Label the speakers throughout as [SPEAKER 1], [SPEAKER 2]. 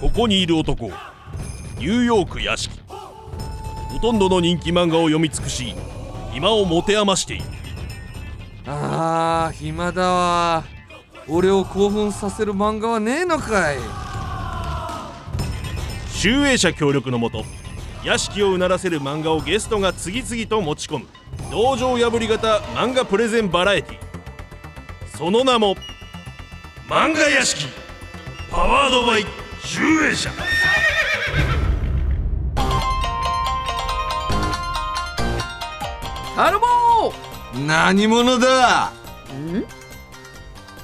[SPEAKER 1] ここにいる男ニューヨーク屋敷ほとんどの人気漫画を読み尽くし暇を持て余している
[SPEAKER 2] あー暇だわ俺を興奮させる漫画はねえのかい
[SPEAKER 1] 集英社協力のもと屋敷をうならせる漫画をゲストが次々と持ち込む道場破り型漫画プレゼンバラエティその名も「漫画屋敷パワードバイ集英社」
[SPEAKER 3] 頼も
[SPEAKER 2] 何者だ
[SPEAKER 3] うん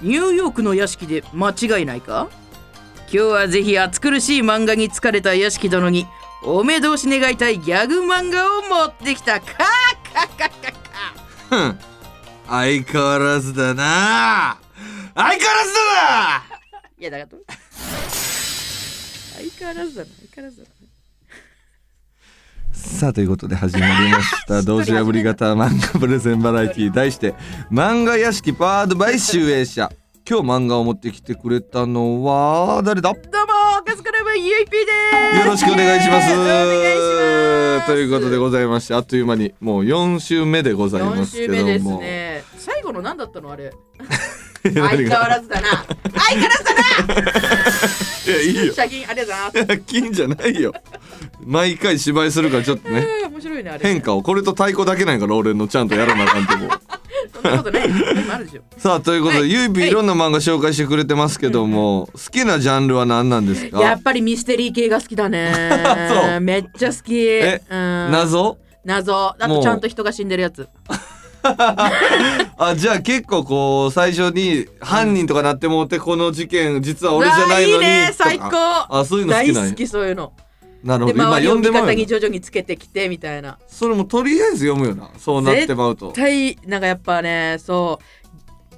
[SPEAKER 3] ニューヨークの屋敷で間違いないか今日はぜひ暑苦しい漫画に疲れた屋敷殿にお目通し願いたいギャグ漫画を持ってきたか かかか
[SPEAKER 2] ふん相変わらずだな相変わらずだない
[SPEAKER 3] やだから相変わらずだな相変わらずだな
[SPEAKER 2] さあということで始まりました 同時破り型漫画プレゼンバラエティー題して漫画屋敷パワードバイ集英社今日漫画を持ってきてくれたのは誰だよ
[SPEAKER 3] どうもカズクラブ UAP です
[SPEAKER 2] ろしくお願いします
[SPEAKER 3] お願いします
[SPEAKER 2] ということでございましてあっという間にもう4週目でございま
[SPEAKER 3] 四
[SPEAKER 2] すけ
[SPEAKER 3] 週
[SPEAKER 2] ども
[SPEAKER 3] 目で すね最後の何だったのあれ相
[SPEAKER 2] 何
[SPEAKER 3] 変
[SPEAKER 2] が
[SPEAKER 3] わらずだな相変わらずだ
[SPEAKER 2] いやいいよ
[SPEAKER 3] な写真ありがとうございます
[SPEAKER 2] 金じゃないよ毎回芝居するからちょっとね
[SPEAKER 3] あー面白いねあれ
[SPEAKER 2] 変化をこれと太鼓だけなんやから俺のちゃんとやらなあかんと思う
[SPEAKER 3] そんなことない今あるでしょ
[SPEAKER 2] さあということで、
[SPEAKER 3] はい
[SPEAKER 2] ゆいぴいろんな漫画紹介してくれてますけども、好きなジャンルは何なんです
[SPEAKER 3] や
[SPEAKER 2] か
[SPEAKER 3] っぱりミステリー系が好き だ
[SPEAKER 2] そ
[SPEAKER 3] ね
[SPEAKER 2] う
[SPEAKER 3] めっちゃ好き
[SPEAKER 2] え
[SPEAKER 3] うん
[SPEAKER 2] 謎
[SPEAKER 3] 謎あ
[SPEAKER 2] も
[SPEAKER 3] と
[SPEAKER 2] う
[SPEAKER 3] ちゃんと人が死んでるやつ
[SPEAKER 2] あじゃあ結構こう最初に犯人とかなってもうてこの事件実は俺じゃないのに
[SPEAKER 3] うわーいいね
[SPEAKER 2] とか
[SPEAKER 3] 最高
[SPEAKER 2] あそういうの好き
[SPEAKER 3] 大
[SPEAKER 2] なん
[SPEAKER 3] 好
[SPEAKER 2] や
[SPEAKER 3] きそういうの
[SPEAKER 2] なるほど
[SPEAKER 3] で
[SPEAKER 2] 今
[SPEAKER 3] 周り
[SPEAKER 2] 読
[SPEAKER 3] を
[SPEAKER 2] んで
[SPEAKER 3] 味
[SPEAKER 2] ま
[SPEAKER 3] 方
[SPEAKER 2] うよ
[SPEAKER 3] に
[SPEAKER 2] な
[SPEAKER 3] 徐々につけてきてみたいな
[SPEAKER 2] それもとりあえず読むよなそうなってまうと
[SPEAKER 3] 対なんかやっぱねそう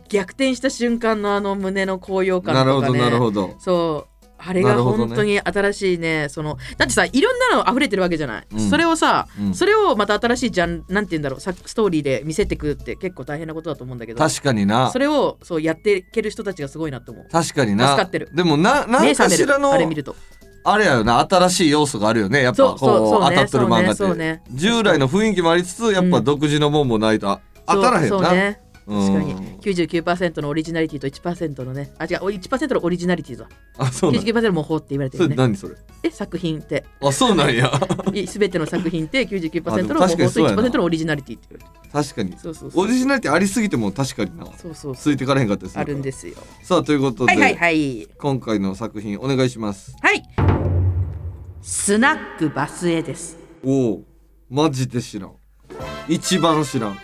[SPEAKER 3] 逆転した瞬間のあの胸の高揚感
[SPEAKER 2] なる
[SPEAKER 3] と
[SPEAKER 2] ほ
[SPEAKER 3] か
[SPEAKER 2] ど
[SPEAKER 3] ね
[SPEAKER 2] なるほど
[SPEAKER 3] そうあれ
[SPEAKER 2] なる
[SPEAKER 3] が
[SPEAKER 2] ほどね
[SPEAKER 3] 本当に新しいねそのだってさいろんなの溢れてるわけじゃない、
[SPEAKER 2] うん
[SPEAKER 3] それをさ、
[SPEAKER 2] うん
[SPEAKER 3] それをまた新しいジャンなんて言うんだろうさストーリーで見せてくって結構大変なことだと思うんだけど
[SPEAKER 2] 確かにな
[SPEAKER 3] それをそうやっていける人たちがすごいなと思う。
[SPEAKER 2] 確かにな
[SPEAKER 3] 助かってる
[SPEAKER 2] でもな何
[SPEAKER 3] 目
[SPEAKER 2] か
[SPEAKER 3] 覚め
[SPEAKER 2] しら
[SPEAKER 3] る
[SPEAKER 2] の
[SPEAKER 3] あれ見ると。
[SPEAKER 2] あれやよな新しい要素があるよねやっぱこ
[SPEAKER 3] そう
[SPEAKER 2] う
[SPEAKER 3] そうそう
[SPEAKER 2] 当
[SPEAKER 3] ね
[SPEAKER 2] たってる漫画って
[SPEAKER 3] そうねそうね
[SPEAKER 2] 従来の雰囲気もありつつやっぱ
[SPEAKER 3] うん
[SPEAKER 2] 独自のもんもないと、あ
[SPEAKER 3] そ
[SPEAKER 2] 当
[SPEAKER 3] う
[SPEAKER 2] たらへんよ
[SPEAKER 3] そう
[SPEAKER 2] な、
[SPEAKER 3] ね。
[SPEAKER 2] うん
[SPEAKER 3] 確かに99%のオリジナリティと1%のねあ違うお1%のオリジナリティだ
[SPEAKER 2] あそうなんや
[SPEAKER 3] 99%の模倣って言われて
[SPEAKER 2] そ
[SPEAKER 3] る
[SPEAKER 2] れ
[SPEAKER 3] ね
[SPEAKER 2] 何それ
[SPEAKER 3] え作品って
[SPEAKER 2] あそうなんや
[SPEAKER 3] い全ての作品って
[SPEAKER 2] あで
[SPEAKER 3] 99%
[SPEAKER 2] も
[SPEAKER 3] の模
[SPEAKER 2] 確か
[SPEAKER 3] 倣
[SPEAKER 2] に
[SPEAKER 3] と
[SPEAKER 2] そうやな
[SPEAKER 3] 1%のオリジナリティって言われて
[SPEAKER 2] 確かに
[SPEAKER 3] るそうそうそう
[SPEAKER 2] オリジナリティありすぎても確かにな
[SPEAKER 3] そうそうそ
[SPEAKER 2] ついてかれへんかったり
[SPEAKER 3] う
[SPEAKER 2] する
[SPEAKER 3] あ
[SPEAKER 2] から
[SPEAKER 3] るんですよ
[SPEAKER 2] さあということ
[SPEAKER 3] は
[SPEAKER 2] で、
[SPEAKER 3] いはいはい
[SPEAKER 2] 今回の作品お願いします
[SPEAKER 3] はいスナックバスへです
[SPEAKER 2] おおマジで知らん一番知らん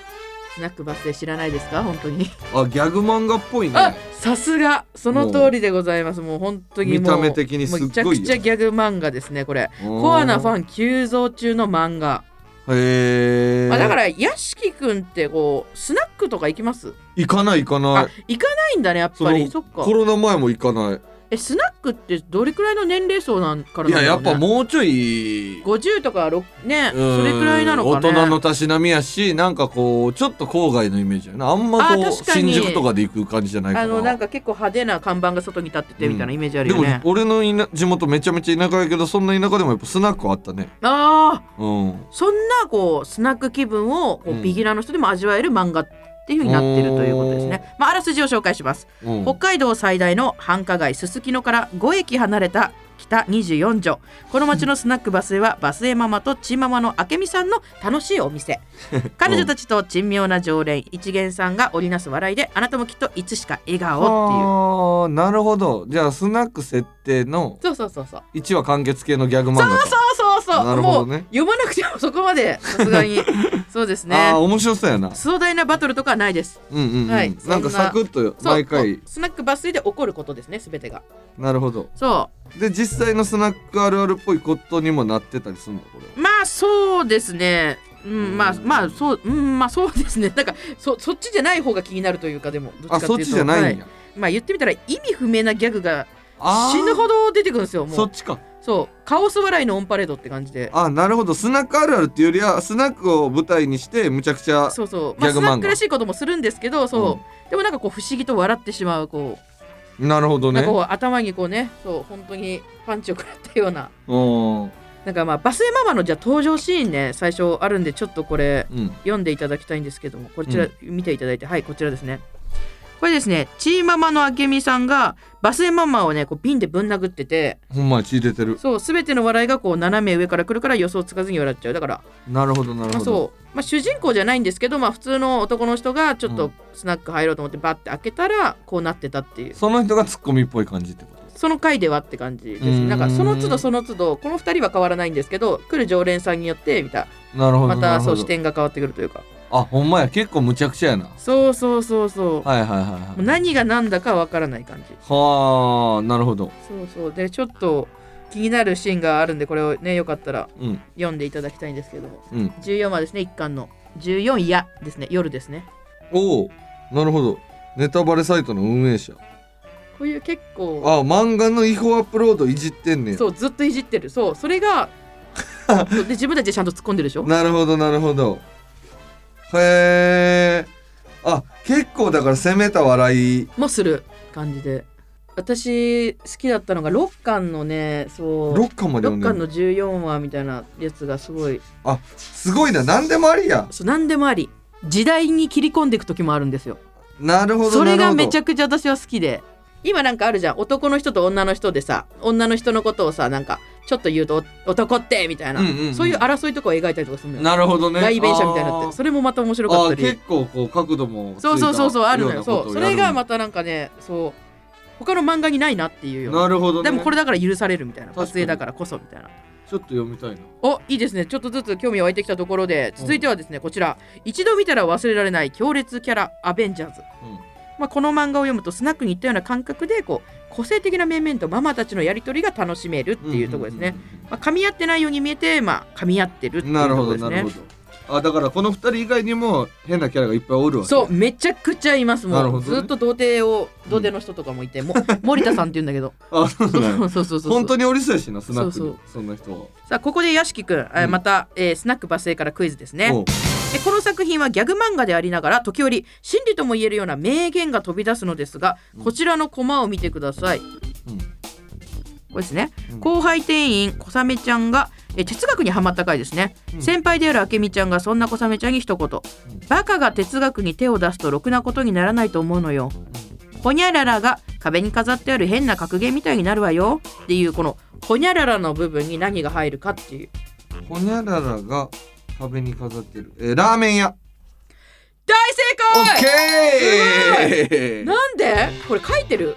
[SPEAKER 3] スナックバスへ知らないですか本当に
[SPEAKER 2] あギャグ漫画っぽい
[SPEAKER 3] あ
[SPEAKER 2] ね
[SPEAKER 3] さすがその通りでございますもう本当にもう
[SPEAKER 2] 見た目的にすっごいよ
[SPEAKER 3] もうめちゃくちゃギャグ漫画ですねこれコ
[SPEAKER 2] コ
[SPEAKER 3] アなファ
[SPEAKER 2] ン
[SPEAKER 3] ン急増中の漫画、
[SPEAKER 2] へえ
[SPEAKER 3] あだから屋敷くんってこうスナックとか行きます、
[SPEAKER 2] 行かない行かない
[SPEAKER 3] あ行かないんだねやっぱりそっか
[SPEAKER 2] コロナ前も行かない
[SPEAKER 3] えスナックってどれくらいの年齢層なんから
[SPEAKER 2] い
[SPEAKER 3] な
[SPEAKER 2] や
[SPEAKER 3] んだ
[SPEAKER 2] やっ
[SPEAKER 3] ろうね
[SPEAKER 2] ぱもうちょい
[SPEAKER 3] 50とかろくね
[SPEAKER 2] うん
[SPEAKER 3] それくらいなのかね
[SPEAKER 2] 大人のたしなみやしなんかこうちょっと郊外のイメージやなあんまこ
[SPEAKER 3] あ
[SPEAKER 2] う
[SPEAKER 3] 確かに
[SPEAKER 2] 新宿とかで行く感じじゃないかな
[SPEAKER 3] あのなんか結構派手な看板が外に立っててみたいなイメージある
[SPEAKER 2] で
[SPEAKER 3] よ
[SPEAKER 2] も
[SPEAKER 3] ね、
[SPEAKER 2] 俺のいな地元めちゃめちゃ田舎やけどそんな田舎でもやっぱスナックはあったね
[SPEAKER 3] ああ
[SPEAKER 2] うん
[SPEAKER 3] そんなこうスナック気分をこ
[SPEAKER 2] うん
[SPEAKER 3] うビギナーの人でも味わえる漫画っていう風になってるということですね、まあ、あらすじを紹介します
[SPEAKER 2] うん
[SPEAKER 3] 北海道最大の繁華街すすきのから5駅離れた北24条この町のスナックバスへはバスへママとチーママの明美さんの楽しい お店彼女たちと珍妙な常連一元さんが織りなす笑いであなたもきっといつしか笑顔っ
[SPEAKER 2] あーなるほどじゃあスナック設定の
[SPEAKER 3] ていうそうそうそうそう
[SPEAKER 2] 1話完結系のギャグ漫画か
[SPEAKER 3] そうそうそ
[SPEAKER 2] な
[SPEAKER 3] う、
[SPEAKER 2] るほ
[SPEAKER 3] も
[SPEAKER 2] ど
[SPEAKER 3] う
[SPEAKER 2] ね
[SPEAKER 3] 読まなくてもそこまでさすが にそうです
[SPEAKER 2] ああ
[SPEAKER 3] ね
[SPEAKER 2] 面白そうやな
[SPEAKER 3] 壮大なバトルとかはないです
[SPEAKER 2] うんうんうん、
[SPEAKER 3] はい
[SPEAKER 2] なんかサクッと
[SPEAKER 3] そう
[SPEAKER 2] 毎回
[SPEAKER 3] もうスナックバスへで起こることですねすべてが
[SPEAKER 2] なるほど
[SPEAKER 3] そ
[SPEAKER 2] で実際のスナックあるあるっぽいことにもなってたりするのこれ
[SPEAKER 3] うまあそうですねうんまあまあそううんまあそうですねなんかそそっちじゃない方が気になるというかでもどっ
[SPEAKER 2] あ
[SPEAKER 3] ちか
[SPEAKER 2] そっ
[SPEAKER 3] っ
[SPEAKER 2] て
[SPEAKER 3] いうと
[SPEAKER 2] ちじゃないん
[SPEAKER 3] は
[SPEAKER 2] や、
[SPEAKER 3] まあ言ってみたら意味不明なギャグが
[SPEAKER 2] あー
[SPEAKER 3] 死ぬほど出てくるんですよもう
[SPEAKER 2] そっ
[SPEAKER 3] そ
[SPEAKER 2] ちか
[SPEAKER 3] うカオス笑いのオンパレードって感じで
[SPEAKER 2] あなるほどスナックあるあるっていうよりはスナックを舞台にしてむちゃくちゃ
[SPEAKER 3] そうそうまあ
[SPEAKER 2] ギャグ
[SPEAKER 3] ス
[SPEAKER 2] 漫画
[SPEAKER 3] ナックらしいこともするんですけどそう、でもなんかこう不思議と笑ってしまうこ
[SPEAKER 2] なるほど
[SPEAKER 3] なん
[SPEAKER 2] ね
[SPEAKER 3] かこう頭にこうねそう本当にパンチを食らったような
[SPEAKER 2] うんうん
[SPEAKER 3] なんかまあバスへママのじゃあ登場シーンね最初あるんでちょっとこれ読んでいただきたいんですけどもこちら見ていただいて、はいこちらですねこれですねチーママのあけみさんがバスへママをねこうピンでぶん殴ってて
[SPEAKER 2] ほんまや血出てる
[SPEAKER 3] そう全ての笑いがこう斜め上から来るから予想つかずに笑っちゃうだから、
[SPEAKER 2] なるほどなる
[SPEAKER 3] ま
[SPEAKER 2] ほ
[SPEAKER 3] あ、
[SPEAKER 2] ど
[SPEAKER 3] そう、まあ、主人公じゃないんですけど、まあ、普通の男の人がちょっ
[SPEAKER 2] う
[SPEAKER 3] と
[SPEAKER 2] ん
[SPEAKER 3] スナック入ろうと思ってバッて開けたらこうなってたっていう
[SPEAKER 2] その人がツッコミっぽい感じってこと
[SPEAKER 3] その回ではって感じで
[SPEAKER 2] う
[SPEAKER 3] す
[SPEAKER 2] ーん
[SPEAKER 3] ねなんかその都度その都度この2人は変わらないんですけど来る常連さんによってみたい
[SPEAKER 2] なるほど
[SPEAKER 3] ま
[SPEAKER 2] な
[SPEAKER 3] た
[SPEAKER 2] るほ
[SPEAKER 3] そ
[SPEAKER 2] ど
[SPEAKER 3] う視点が変わってくるというか
[SPEAKER 2] あほんまや結構むちゃくちゃやなは
[SPEAKER 3] そうそうそうそ
[SPEAKER 2] い
[SPEAKER 3] う
[SPEAKER 2] はいは
[SPEAKER 3] も
[SPEAKER 2] いうはい
[SPEAKER 3] 何が何だかわからない感じ
[SPEAKER 2] はあなるほど
[SPEAKER 3] そうそうでちょっと気になるシーンがあるんでこれをねよかったら
[SPEAKER 2] うん
[SPEAKER 3] 読んでいただきたいんですけども
[SPEAKER 2] うん
[SPEAKER 3] 14話ですね一巻の14夜ですね夜ですね
[SPEAKER 2] おおなるほどネタバレサイトの運営者
[SPEAKER 3] こういう結構
[SPEAKER 2] あ漫画の違法アップロードいじってんねや
[SPEAKER 3] そうずっといじってるそうそ れがそうで自分たちでちゃんと突っ込んでるでしょ
[SPEAKER 2] なるほどなるほどへえあ結構だから攻めた笑い
[SPEAKER 3] もする感じで私好きだったのが6巻のねそう
[SPEAKER 2] 6巻まで読
[SPEAKER 3] 6
[SPEAKER 2] んで
[SPEAKER 3] 巻
[SPEAKER 2] る
[SPEAKER 3] の14話みたいなやつがすごい
[SPEAKER 2] すごいな何でもありや
[SPEAKER 3] そう何でもあり時代に切り込んでいく時もあるんですよ
[SPEAKER 2] なるほど
[SPEAKER 3] それがめち
[SPEAKER 2] ゃ
[SPEAKER 3] ゃくちゃ私は好きで今なんかあるじゃん男の人と女の人でさ女の人のことをさなんかちょっと言うとお男ってみたいな、
[SPEAKER 2] うんうんうん
[SPEAKER 3] そういう争いとかを描いたりとかするのよ
[SPEAKER 2] なるほどね
[SPEAKER 3] 代弁者みたいになって
[SPEAKER 2] あ
[SPEAKER 3] る
[SPEAKER 2] ー
[SPEAKER 3] それもまた面白か
[SPEAKER 2] あ
[SPEAKER 3] った
[SPEAKER 2] ー
[SPEAKER 3] り
[SPEAKER 2] 結構こう角度もついた
[SPEAKER 3] そうそうそうそうあるの
[SPEAKER 2] よ
[SPEAKER 3] よ
[SPEAKER 2] うなこ
[SPEAKER 3] そ
[SPEAKER 2] と
[SPEAKER 3] う
[SPEAKER 2] を
[SPEAKER 3] そ
[SPEAKER 2] やる
[SPEAKER 3] れが
[SPEAKER 2] ん
[SPEAKER 3] ま
[SPEAKER 2] だ
[SPEAKER 3] たなんかねそう他の漫画にないなっていうような
[SPEAKER 2] なるほどね
[SPEAKER 3] でもこれ
[SPEAKER 2] ち
[SPEAKER 3] だから許されるみたいな
[SPEAKER 2] 確かに
[SPEAKER 3] 撮影だからこそみたい
[SPEAKER 2] ょ
[SPEAKER 3] な
[SPEAKER 2] っと読みたいな
[SPEAKER 3] おいいですねちょっとずつ興味湧いてきたところで続いてはですねこちら一度見たら忘れられない強烈キャラアベンジャーズまあ、この漫画を読むとスナックに行ったような感覚でこう個性的な面々とママたちのやり取りが楽しめるっていうところですね。まあ、噛み合ってないように見えて、まあ、噛み合ってるっていう
[SPEAKER 2] な
[SPEAKER 3] と
[SPEAKER 2] る
[SPEAKER 3] こ
[SPEAKER 2] ほど
[SPEAKER 3] ろで
[SPEAKER 2] な
[SPEAKER 3] す
[SPEAKER 2] るほ
[SPEAKER 3] ね。
[SPEAKER 2] どあだからこの二人以外にも変なキャラがいっぱいおるわけ
[SPEAKER 3] そうめちゃくちゃいます
[SPEAKER 2] なる
[SPEAKER 3] も
[SPEAKER 2] ほ
[SPEAKER 3] う、
[SPEAKER 2] どね
[SPEAKER 3] ずっと童貞を童貞の人とかもいて、も森田さんって言うんだ けど
[SPEAKER 2] あそう
[SPEAKER 3] そう
[SPEAKER 2] なんや
[SPEAKER 3] そうそうそう
[SPEAKER 2] 本当におりそうやしなスナックにそ
[SPEAKER 3] そうそう
[SPEAKER 2] そんな人は
[SPEAKER 3] さあここで屋敷くん、えー
[SPEAKER 2] うん
[SPEAKER 3] また、えースナックバスへからクイズですね
[SPEAKER 2] おう
[SPEAKER 3] でこの作品はギャグ漫画でありながら時折真理とも言えるような名言が飛び出すのですが
[SPEAKER 2] うん
[SPEAKER 3] こちらのコマを見てください、
[SPEAKER 2] ん
[SPEAKER 3] これですね、
[SPEAKER 2] うん
[SPEAKER 3] 後輩店員小雨ちゃんがえ哲学にハマった回ですね、
[SPEAKER 2] うん
[SPEAKER 3] 先輩である明美ちゃんがそんな小雨ちゃんに一言、バカが哲学に手を出すとろくなことにならないと思うのよ、ほにゃららが壁に飾ってある変な格言みたいになるわよっていうこのほにゃららの部分に何が入るかっていう
[SPEAKER 2] ほにゃららが壁に飾ってるえーラーメン屋
[SPEAKER 3] 大
[SPEAKER 2] オ
[SPEAKER 3] 正解
[SPEAKER 2] ッケー
[SPEAKER 3] なんでこれ書い てる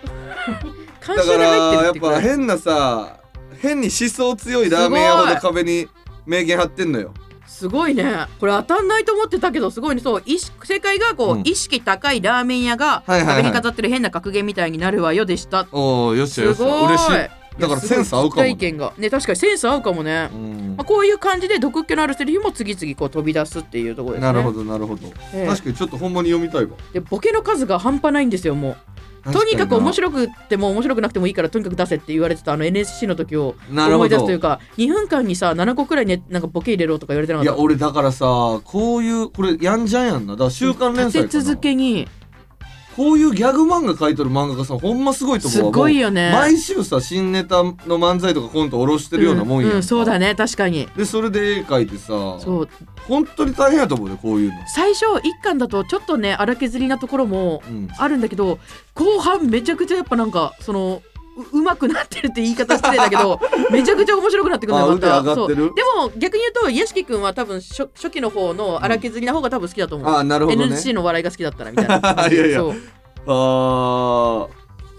[SPEAKER 3] 監
[SPEAKER 2] だ
[SPEAKER 3] 修
[SPEAKER 2] か
[SPEAKER 3] で
[SPEAKER 2] ら
[SPEAKER 3] 入ってる
[SPEAKER 2] や
[SPEAKER 3] っ
[SPEAKER 2] ってぱ
[SPEAKER 3] これ
[SPEAKER 2] 変なさ変に思想強いラーメン屋ほど
[SPEAKER 3] す
[SPEAKER 2] 壁に名言貼ってんのよ
[SPEAKER 3] すごいねこれ当たんないと思ってたけどすごいねそう意識正解がこ
[SPEAKER 2] う
[SPEAKER 3] う、
[SPEAKER 2] ん
[SPEAKER 3] 意識高いラーメン屋が
[SPEAKER 2] はいはいはい
[SPEAKER 3] 壁に飾ってる変な格言みたいになるわよでした、
[SPEAKER 2] おおよっしゃよっし
[SPEAKER 3] すご
[SPEAKER 2] ゃ
[SPEAKER 3] い
[SPEAKER 2] 嬉しいだからセンス合うかも
[SPEAKER 3] いやすごい聞いた意見がね確かにセンス合うかもね、
[SPEAKER 2] うん
[SPEAKER 3] まあ、こういう感じで毒っ気のあるセリフも次々こう飛び出すっていうところですね
[SPEAKER 2] なるほ
[SPEAKER 3] ど、
[SPEAKER 2] どなるほど
[SPEAKER 3] ええ
[SPEAKER 2] 確かにちょっとほんまに読みたいわ
[SPEAKER 3] でボケの数が半端ないんですよもうとにかく面白くても面白くなくてもいいからとにかく出せって言われてたあの NSC の時を
[SPEAKER 2] いなる
[SPEAKER 3] 思
[SPEAKER 2] ほ
[SPEAKER 3] い出す
[SPEAKER 2] ど
[SPEAKER 3] というか2分間にさ7個くらいねなんかボケ入れろとか言われてないか
[SPEAKER 2] や
[SPEAKER 3] った
[SPEAKER 2] 俺だからさこういうこれやんじゃんやんなだから週刊連載
[SPEAKER 3] 立
[SPEAKER 2] か
[SPEAKER 3] て
[SPEAKER 2] な
[SPEAKER 3] 続けに
[SPEAKER 2] こういうギャグ漫画書いとる漫画家さんほんますごいと思
[SPEAKER 3] す
[SPEAKER 2] うわ
[SPEAKER 3] ごいよ
[SPEAKER 2] もう
[SPEAKER 3] ね
[SPEAKER 2] 毎週さ新ネタの漫才とかコント下ろしてるようなもんや
[SPEAKER 3] うんうんそうだ
[SPEAKER 2] ね
[SPEAKER 3] ね確かに
[SPEAKER 2] でそれで絵描いてさ
[SPEAKER 3] そう
[SPEAKER 2] 本当に大変やと思うねこういうの
[SPEAKER 3] 最初一巻だとちょっとね荒削りなところも
[SPEAKER 2] うん
[SPEAKER 3] あるんだけど後半めちゃくちゃやっぱなんかそのううまくなってるって言い方失礼だけど めちゃくちゃ面白くなってくる
[SPEAKER 2] あ
[SPEAKER 3] のよま
[SPEAKER 2] 腕
[SPEAKER 3] た
[SPEAKER 2] 上がっ
[SPEAKER 3] そ
[SPEAKER 2] て
[SPEAKER 3] う
[SPEAKER 2] る
[SPEAKER 3] でも逆に言うと屋敷君は多分初初期の方の荒削りな方が多分好きだと思う、
[SPEAKER 2] あなるほどね
[SPEAKER 3] NSC の笑いが好きだったらみたい な
[SPEAKER 2] いやいや
[SPEAKER 3] そう
[SPEAKER 2] あー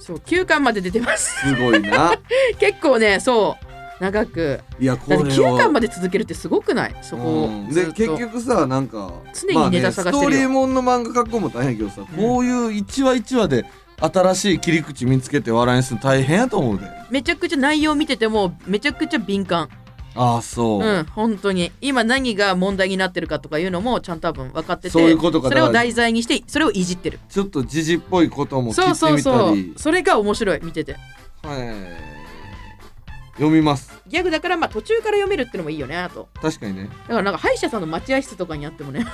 [SPEAKER 3] そう9巻まで出てます
[SPEAKER 2] すごいな
[SPEAKER 3] 結構ねそう長く
[SPEAKER 2] いやこ
[SPEAKER 3] だ
[SPEAKER 2] れ
[SPEAKER 3] って
[SPEAKER 2] は
[SPEAKER 3] 9巻まで続けるってすごくないそこを
[SPEAKER 2] うん
[SPEAKER 3] ずっ
[SPEAKER 2] で
[SPEAKER 3] と
[SPEAKER 2] 結局さなんか
[SPEAKER 3] 常にネタ
[SPEAKER 2] まあ
[SPEAKER 3] 探してるよ
[SPEAKER 2] ね、ストーリーもんの漫画描くのも大変やけどさ、
[SPEAKER 3] ん
[SPEAKER 2] こういう一話一話で新しい切り口見つけて笑いにするの大変やと思うで
[SPEAKER 3] めちゃくちゃ内容見ててもめちゃくちゃ敏感
[SPEAKER 2] ああそう、
[SPEAKER 3] うん本当に今何が問題になってるかとかいうのもちゃんと多分分かってて
[SPEAKER 2] そういうことか
[SPEAKER 3] それを題材にしてそれをいじってる
[SPEAKER 2] ちょっと時事っぽいことも
[SPEAKER 3] そ
[SPEAKER 2] 聞
[SPEAKER 3] う
[SPEAKER 2] いて
[SPEAKER 3] そう
[SPEAKER 2] みた
[SPEAKER 3] そう
[SPEAKER 2] り
[SPEAKER 3] それが面白い見てて
[SPEAKER 2] はい読みます
[SPEAKER 3] ギャグだからまあ途中から読めるってのもいいよねあと
[SPEAKER 2] 確かにね
[SPEAKER 3] だからなんか歯医者さんの待合室とかにあって もね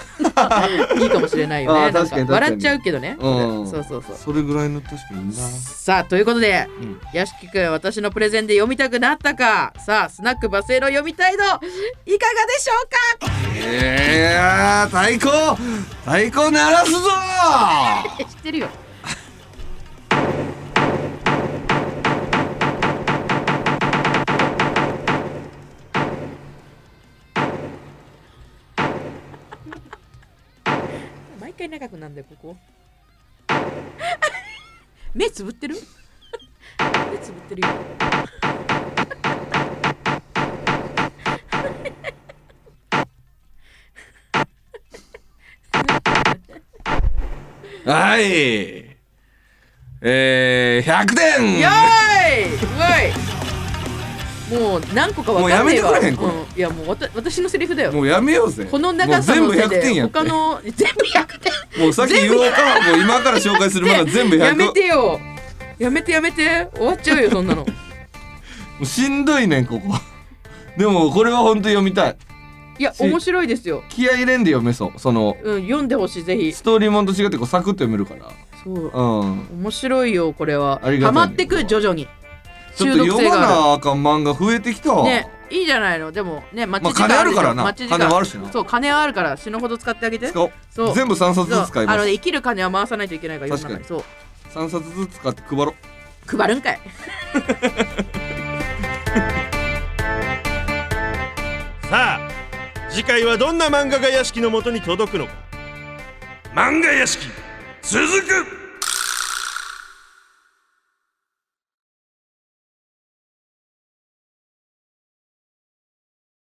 [SPEAKER 3] いいかもしれないよ
[SPEAKER 2] あ
[SPEAKER 3] ね
[SPEAKER 2] ー確かに
[SPEAKER 3] なんか
[SPEAKER 2] 確かに
[SPEAKER 3] 笑っちゃうけどね
[SPEAKER 2] うん
[SPEAKER 3] そうそうそう
[SPEAKER 2] それぐらいの確かにいいな
[SPEAKER 3] さあということで、
[SPEAKER 2] うん
[SPEAKER 3] 屋敷くん私のプレゼンで読みたくなったかさあスナックバセロ読みたいのいかがでしょうか
[SPEAKER 2] えー、太鼓太鼓鳴らすぞ
[SPEAKER 3] え知ってるよ 毎回長くなんだよこ こ目つぶってる 目つぶってるよ
[SPEAKER 2] はいえー、100点
[SPEAKER 3] やーいういもう何個か分かんない
[SPEAKER 2] もうやめて
[SPEAKER 3] わ
[SPEAKER 2] くれへん
[SPEAKER 3] うんいやもうわた私のセリフだよ
[SPEAKER 2] もうやめようぜ
[SPEAKER 3] この長さ
[SPEAKER 2] も
[SPEAKER 3] の
[SPEAKER 2] う
[SPEAKER 3] せい
[SPEAKER 2] 全部100点
[SPEAKER 3] で
[SPEAKER 2] やって
[SPEAKER 3] 他の全部100点
[SPEAKER 2] もうさっき言おうかもう今から紹介するまだ全部100
[SPEAKER 3] やめてよやめてやめて終わっちゃうよそん なの
[SPEAKER 2] もうしんどいねんここでもこれは本当読みたい
[SPEAKER 3] いや
[SPEAKER 2] し
[SPEAKER 3] 面白いですよ、
[SPEAKER 2] 気合い入れんで読めそうその
[SPEAKER 3] うん、読んでほしいぜひ
[SPEAKER 2] ストーリーもんと違ってこうサクッと読めるから
[SPEAKER 3] そう
[SPEAKER 2] うん
[SPEAKER 3] 面白いよこれは
[SPEAKER 2] ありが
[SPEAKER 3] ハ
[SPEAKER 2] たいね
[SPEAKER 3] マってく徐々に
[SPEAKER 2] ちょ
[SPEAKER 3] 中
[SPEAKER 2] っと
[SPEAKER 3] 毒性
[SPEAKER 2] 読ま
[SPEAKER 3] があ
[SPEAKER 2] なあかん漫画増えてきた
[SPEAKER 3] る
[SPEAKER 2] わ、
[SPEAKER 3] ねいいじゃないのでもね待
[SPEAKER 2] まあ
[SPEAKER 3] ち時間
[SPEAKER 2] 金あるからな
[SPEAKER 3] 待ち時間
[SPEAKER 2] 金もあるしな
[SPEAKER 3] そう金はあるから死ぬほど使ってあげて
[SPEAKER 2] 使おう
[SPEAKER 3] そう
[SPEAKER 2] 全部3冊ずつ
[SPEAKER 3] そ
[SPEAKER 2] 使
[SPEAKER 3] う
[SPEAKER 2] いま
[SPEAKER 3] あの
[SPEAKER 2] す
[SPEAKER 3] ね生きる金は回さないといけないから世の中にそう
[SPEAKER 2] 3冊ずつ使って配ろう
[SPEAKER 3] 配るんかい
[SPEAKER 1] さあ次回はどんな漫画が屋敷の元に届くのか漫画屋敷続く